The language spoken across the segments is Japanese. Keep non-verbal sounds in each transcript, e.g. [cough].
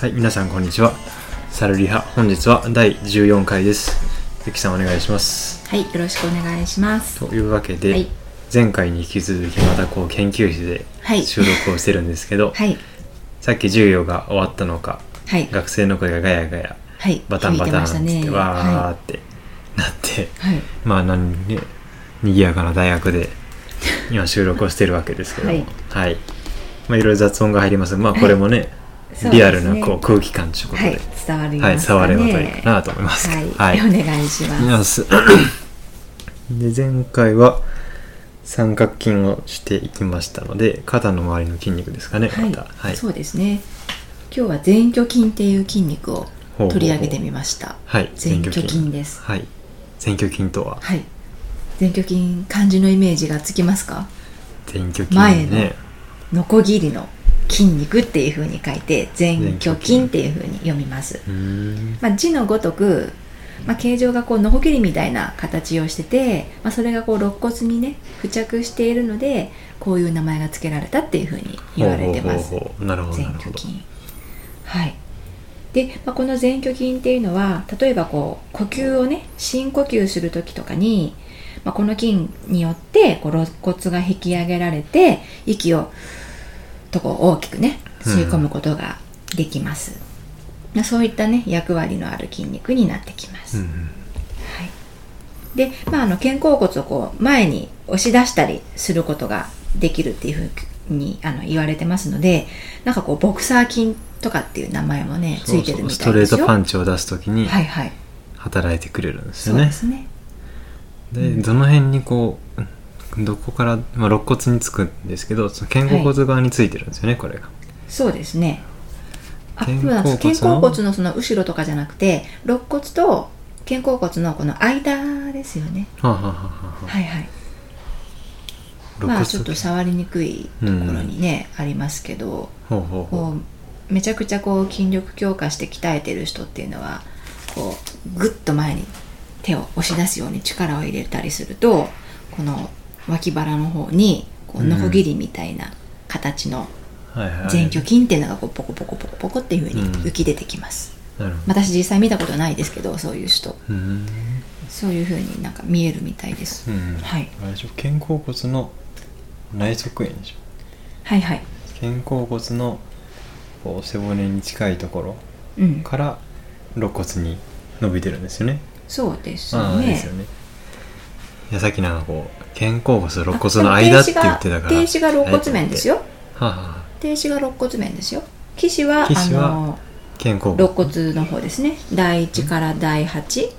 はい、皆さんこんにちは。サルリハ、本日は第14回です。ゆきさんお願いします。はい、よろしくお願いします。というわけで、はい前回に引き続きまたこう研究室はでい収録をしてるんですけど、はい、さっき授業が終わったのか、はい、学生の声がガヤガヤ、はい、バタンバタンっつっ響いててましたねわーっはてなって、い、はい、まあなんね、賑やかな大学で今収録をしてるわけですけども、はいはい、まあいろいろ雑音が入りますが、まあこれもね、はいリアルそうでなすこねう空気感ということで、はい、伝わりはい、ますかね。触れ渡りかなと思います。はい、お願いしまます [coughs] で、前回は三角筋をしていきましたので、肩の周りの筋肉ですかね、す。はまた。はいい、。そうですね。今日は前鋸筋っていう筋肉をほうほうほう取り上げてみました。はい、前鋸筋です。はい。前鋸筋とは、はい、前鋸筋漢字のイメージがつきますか？前鋸筋前のね。ノコギリの筋肉っていう風に書いて前鋸筋っていう風に読みます。うーん。まあ、字のごとく、まあ、形状がこうのこぎりみたいな形をしてて、まあ、それがこう肋骨にね付着しているのでこういう名前が付けられたっていうふうに言われてますほうほうほうほうなるほど、前なるほ鋸ど。筋はいで、まあ、この前鋸筋っていうのは例えばこう呼吸をね深呼吸する時とかに、まあ、この筋によってこう肋骨が引き上げられて息をとこう大きくね吸い込むことができます、まあそういったね役割のある筋肉になってきます、うんうはん。い、で、まあ、あの肩甲骨をこう前に押し出したりすることができるっていうふうにあの言われてますのでなんかこうボクサー筋とかっていう名前もねついてるみスたトいレでーすよトパンチを出すときにはいはい働いてくれるんですそようねで。すねでどの辺にこうどこから、まあ、肋骨につくんですけどその肩甲骨側についてるんですよね、これがそうですねあ肩甲そうなんです肩骨の甲骨のその後ろとかじゃなくて肋骨と肩甲骨のこの間ですよねはあ、はあはあはあ、はいはい肋ま骨あちょっと触りにくいところにね、ありますけどほうほうほこうめちゃくちゃこう筋力強化して鍛えてる人っていうのはこうグッと前に手を押し出すように力を入れたりするとこの脇腹の方にこううんノコギリみたいな形のうはいはい前鋸筋っていうのがこうポコポコポコポコっていうふうにうん浮き出てきます、なるほど、私実際見たことないですけどそういう人うーんそういうふうになんか見えるみたいです、うんはいあれでしょ肩甲骨の内側縁でしょはいはい肩甲骨のこう背骨に近いところうんから肋骨に伸びてるんですよねそうですあよあねですよねいやさっきなんかこう肩甲骨と肋骨の間って言って [laughs] たから停止が停止が肋骨面ですよはあ、はあ停止が肋骨面ですよ騎士は騎士はあの肩甲骨肋骨の方ですね第1から第8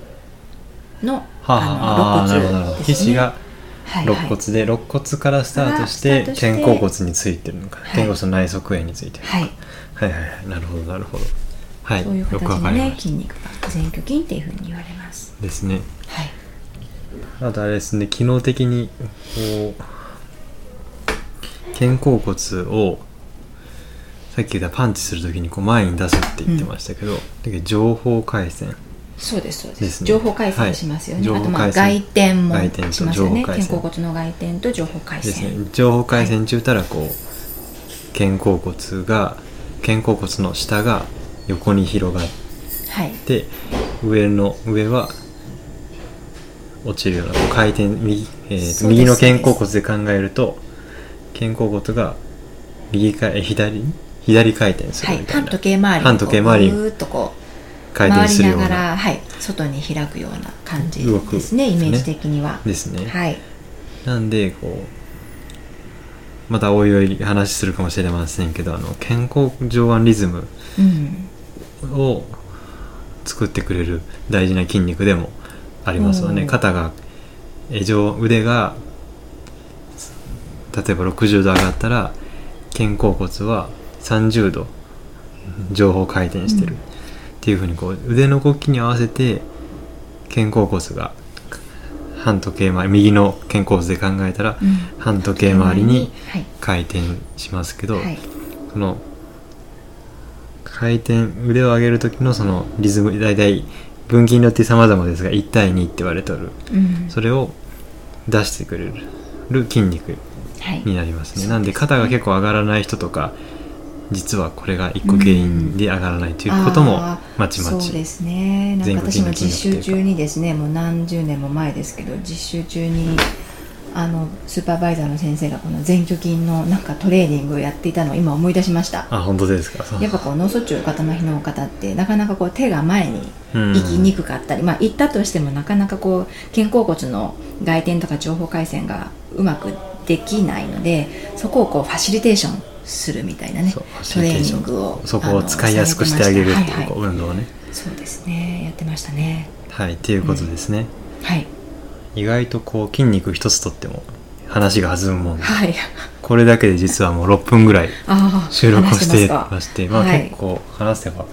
の,、はあ、ああーのなる肋ほどなる骨ほどです、ね、皮脂がはいは肋い骨で、肋骨からスタートしてからスタートして肩甲骨についてるのか、い肩甲骨の内側縁についてる、はいはい、はいはいなるほどなるほどはいそういうよ形くわのかりねまし筋肉が前鋸筋っていうふうに言われますたですねはいあとあれですね機能的にこう肩甲骨をさっき言ったパンチするときにこう前に出すって言ってましたけど、だけど情報回線そうですそうですですね情報回線しますよね、はいあとま情あ報回外線転も外転とします情よね報回肩線甲骨の外転と情報回です線、ね情報回線中たらこう肩甲骨が肩甲骨の下が横に広がっはいて上の上は落ちるようなこう回転右,、えーとそうです右の肩甲骨で考えると肩甲骨が右かえ左左回転すはるいみたい半な、時計回り半時計回りぐーっとこう回転するよう回りながなら、はい、外に開くような感じ動くですねイメージ的には、ですね、はいなんでこうまたおいおい話するかもしれませんけどあの肩甲上腕リズムうんを作ってくれる大事な筋肉でもありますよねうん肩がえ上腕が例えば60度上がったら肩甲骨は30度上方回転してる、うんっていうふうにこう腕の動きに合わせて肩甲骨が半時計回り右の肩甲骨で考えたらうん半時計回りにはい回転しますけど、はいその回転腕を上げる時のそのリズム大体分岐によって様々ですが1対2って言われとるうんそれを出してくれる筋肉はいになりますねそうですねなんで肩が結構上がらない人とか実はこれが一個原因で上がらないということもあまちまそうちですねなん全か国私的もな金額実習っていうか中にですねもう何十年も前ですけど実習中にあのスーパーバイザーの先生がこの前鋸筋のなんかトレーニングをやっていたのを今思い出しましたあ本当ですかそうやっぱこう脳卒中をお方の日の方ってなかなかこう手が前にうん行きにくかったり、まあ行ったとしてもなかなかこう肩甲骨の外転とか情報回線がうまくできないのでそこをこうファシリテーションするみたいなねそうファシトリレテーーニションングをそあこをの使いやすくしてあげるってさいれましたうこはういはい運動をねそうですねやってましたねはいっていうことですね、はい意外とこう筋肉一つとっても話が弾むもんではい [laughs] これだけで実はもう6分ぐらいああ収録をしてま話しますてまあ、はい結構話せば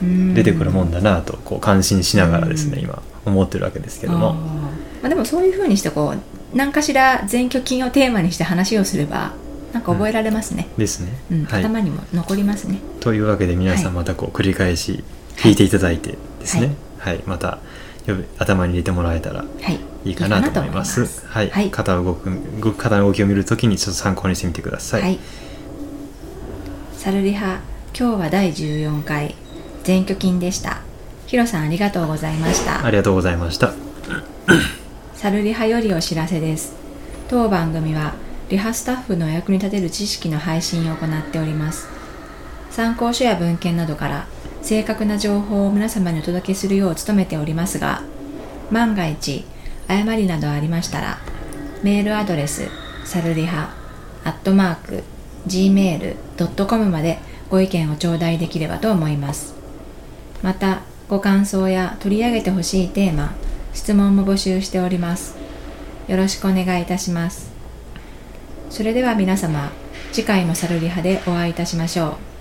うん出てくるもんだなとこう感心しながらですね、うん今思ってるわけですけどあーもまあ、でもそういうふうにしてこう何かしら前虚筋をテーマにして話をすればなんか覚えられますね、ですね、うんはい頭にも残りますねというわけで皆さはんいまたこう繰り返し聞いていただいてですねはいはい、またよ頭に入れてもらえたらはいいいかなと思いますいいかなと思いますはい、はい肩を動く動く肩の動きを見るときにちょっと参考にしてみてください、はい、サルリハ今日は第14回前虚筋でしたヒロさんありがとうございましたありがとうございましたサルリハよりお知らせです当番組はリハスタッフのお役に立てる知識の配信を行っております参考書や文献などから正確な情報を皆様にお届けするよう努めておりますが万が一誤りなどありましたらメールアドレスサルリハアットマーク gmail.com までご意見を頂戴できればと思いますまたご感想や取り上げてほしいテーマ質問も募集しておりますよろしくお願いいたしますそれでは皆様次回のサルリハでお会いいたしましょう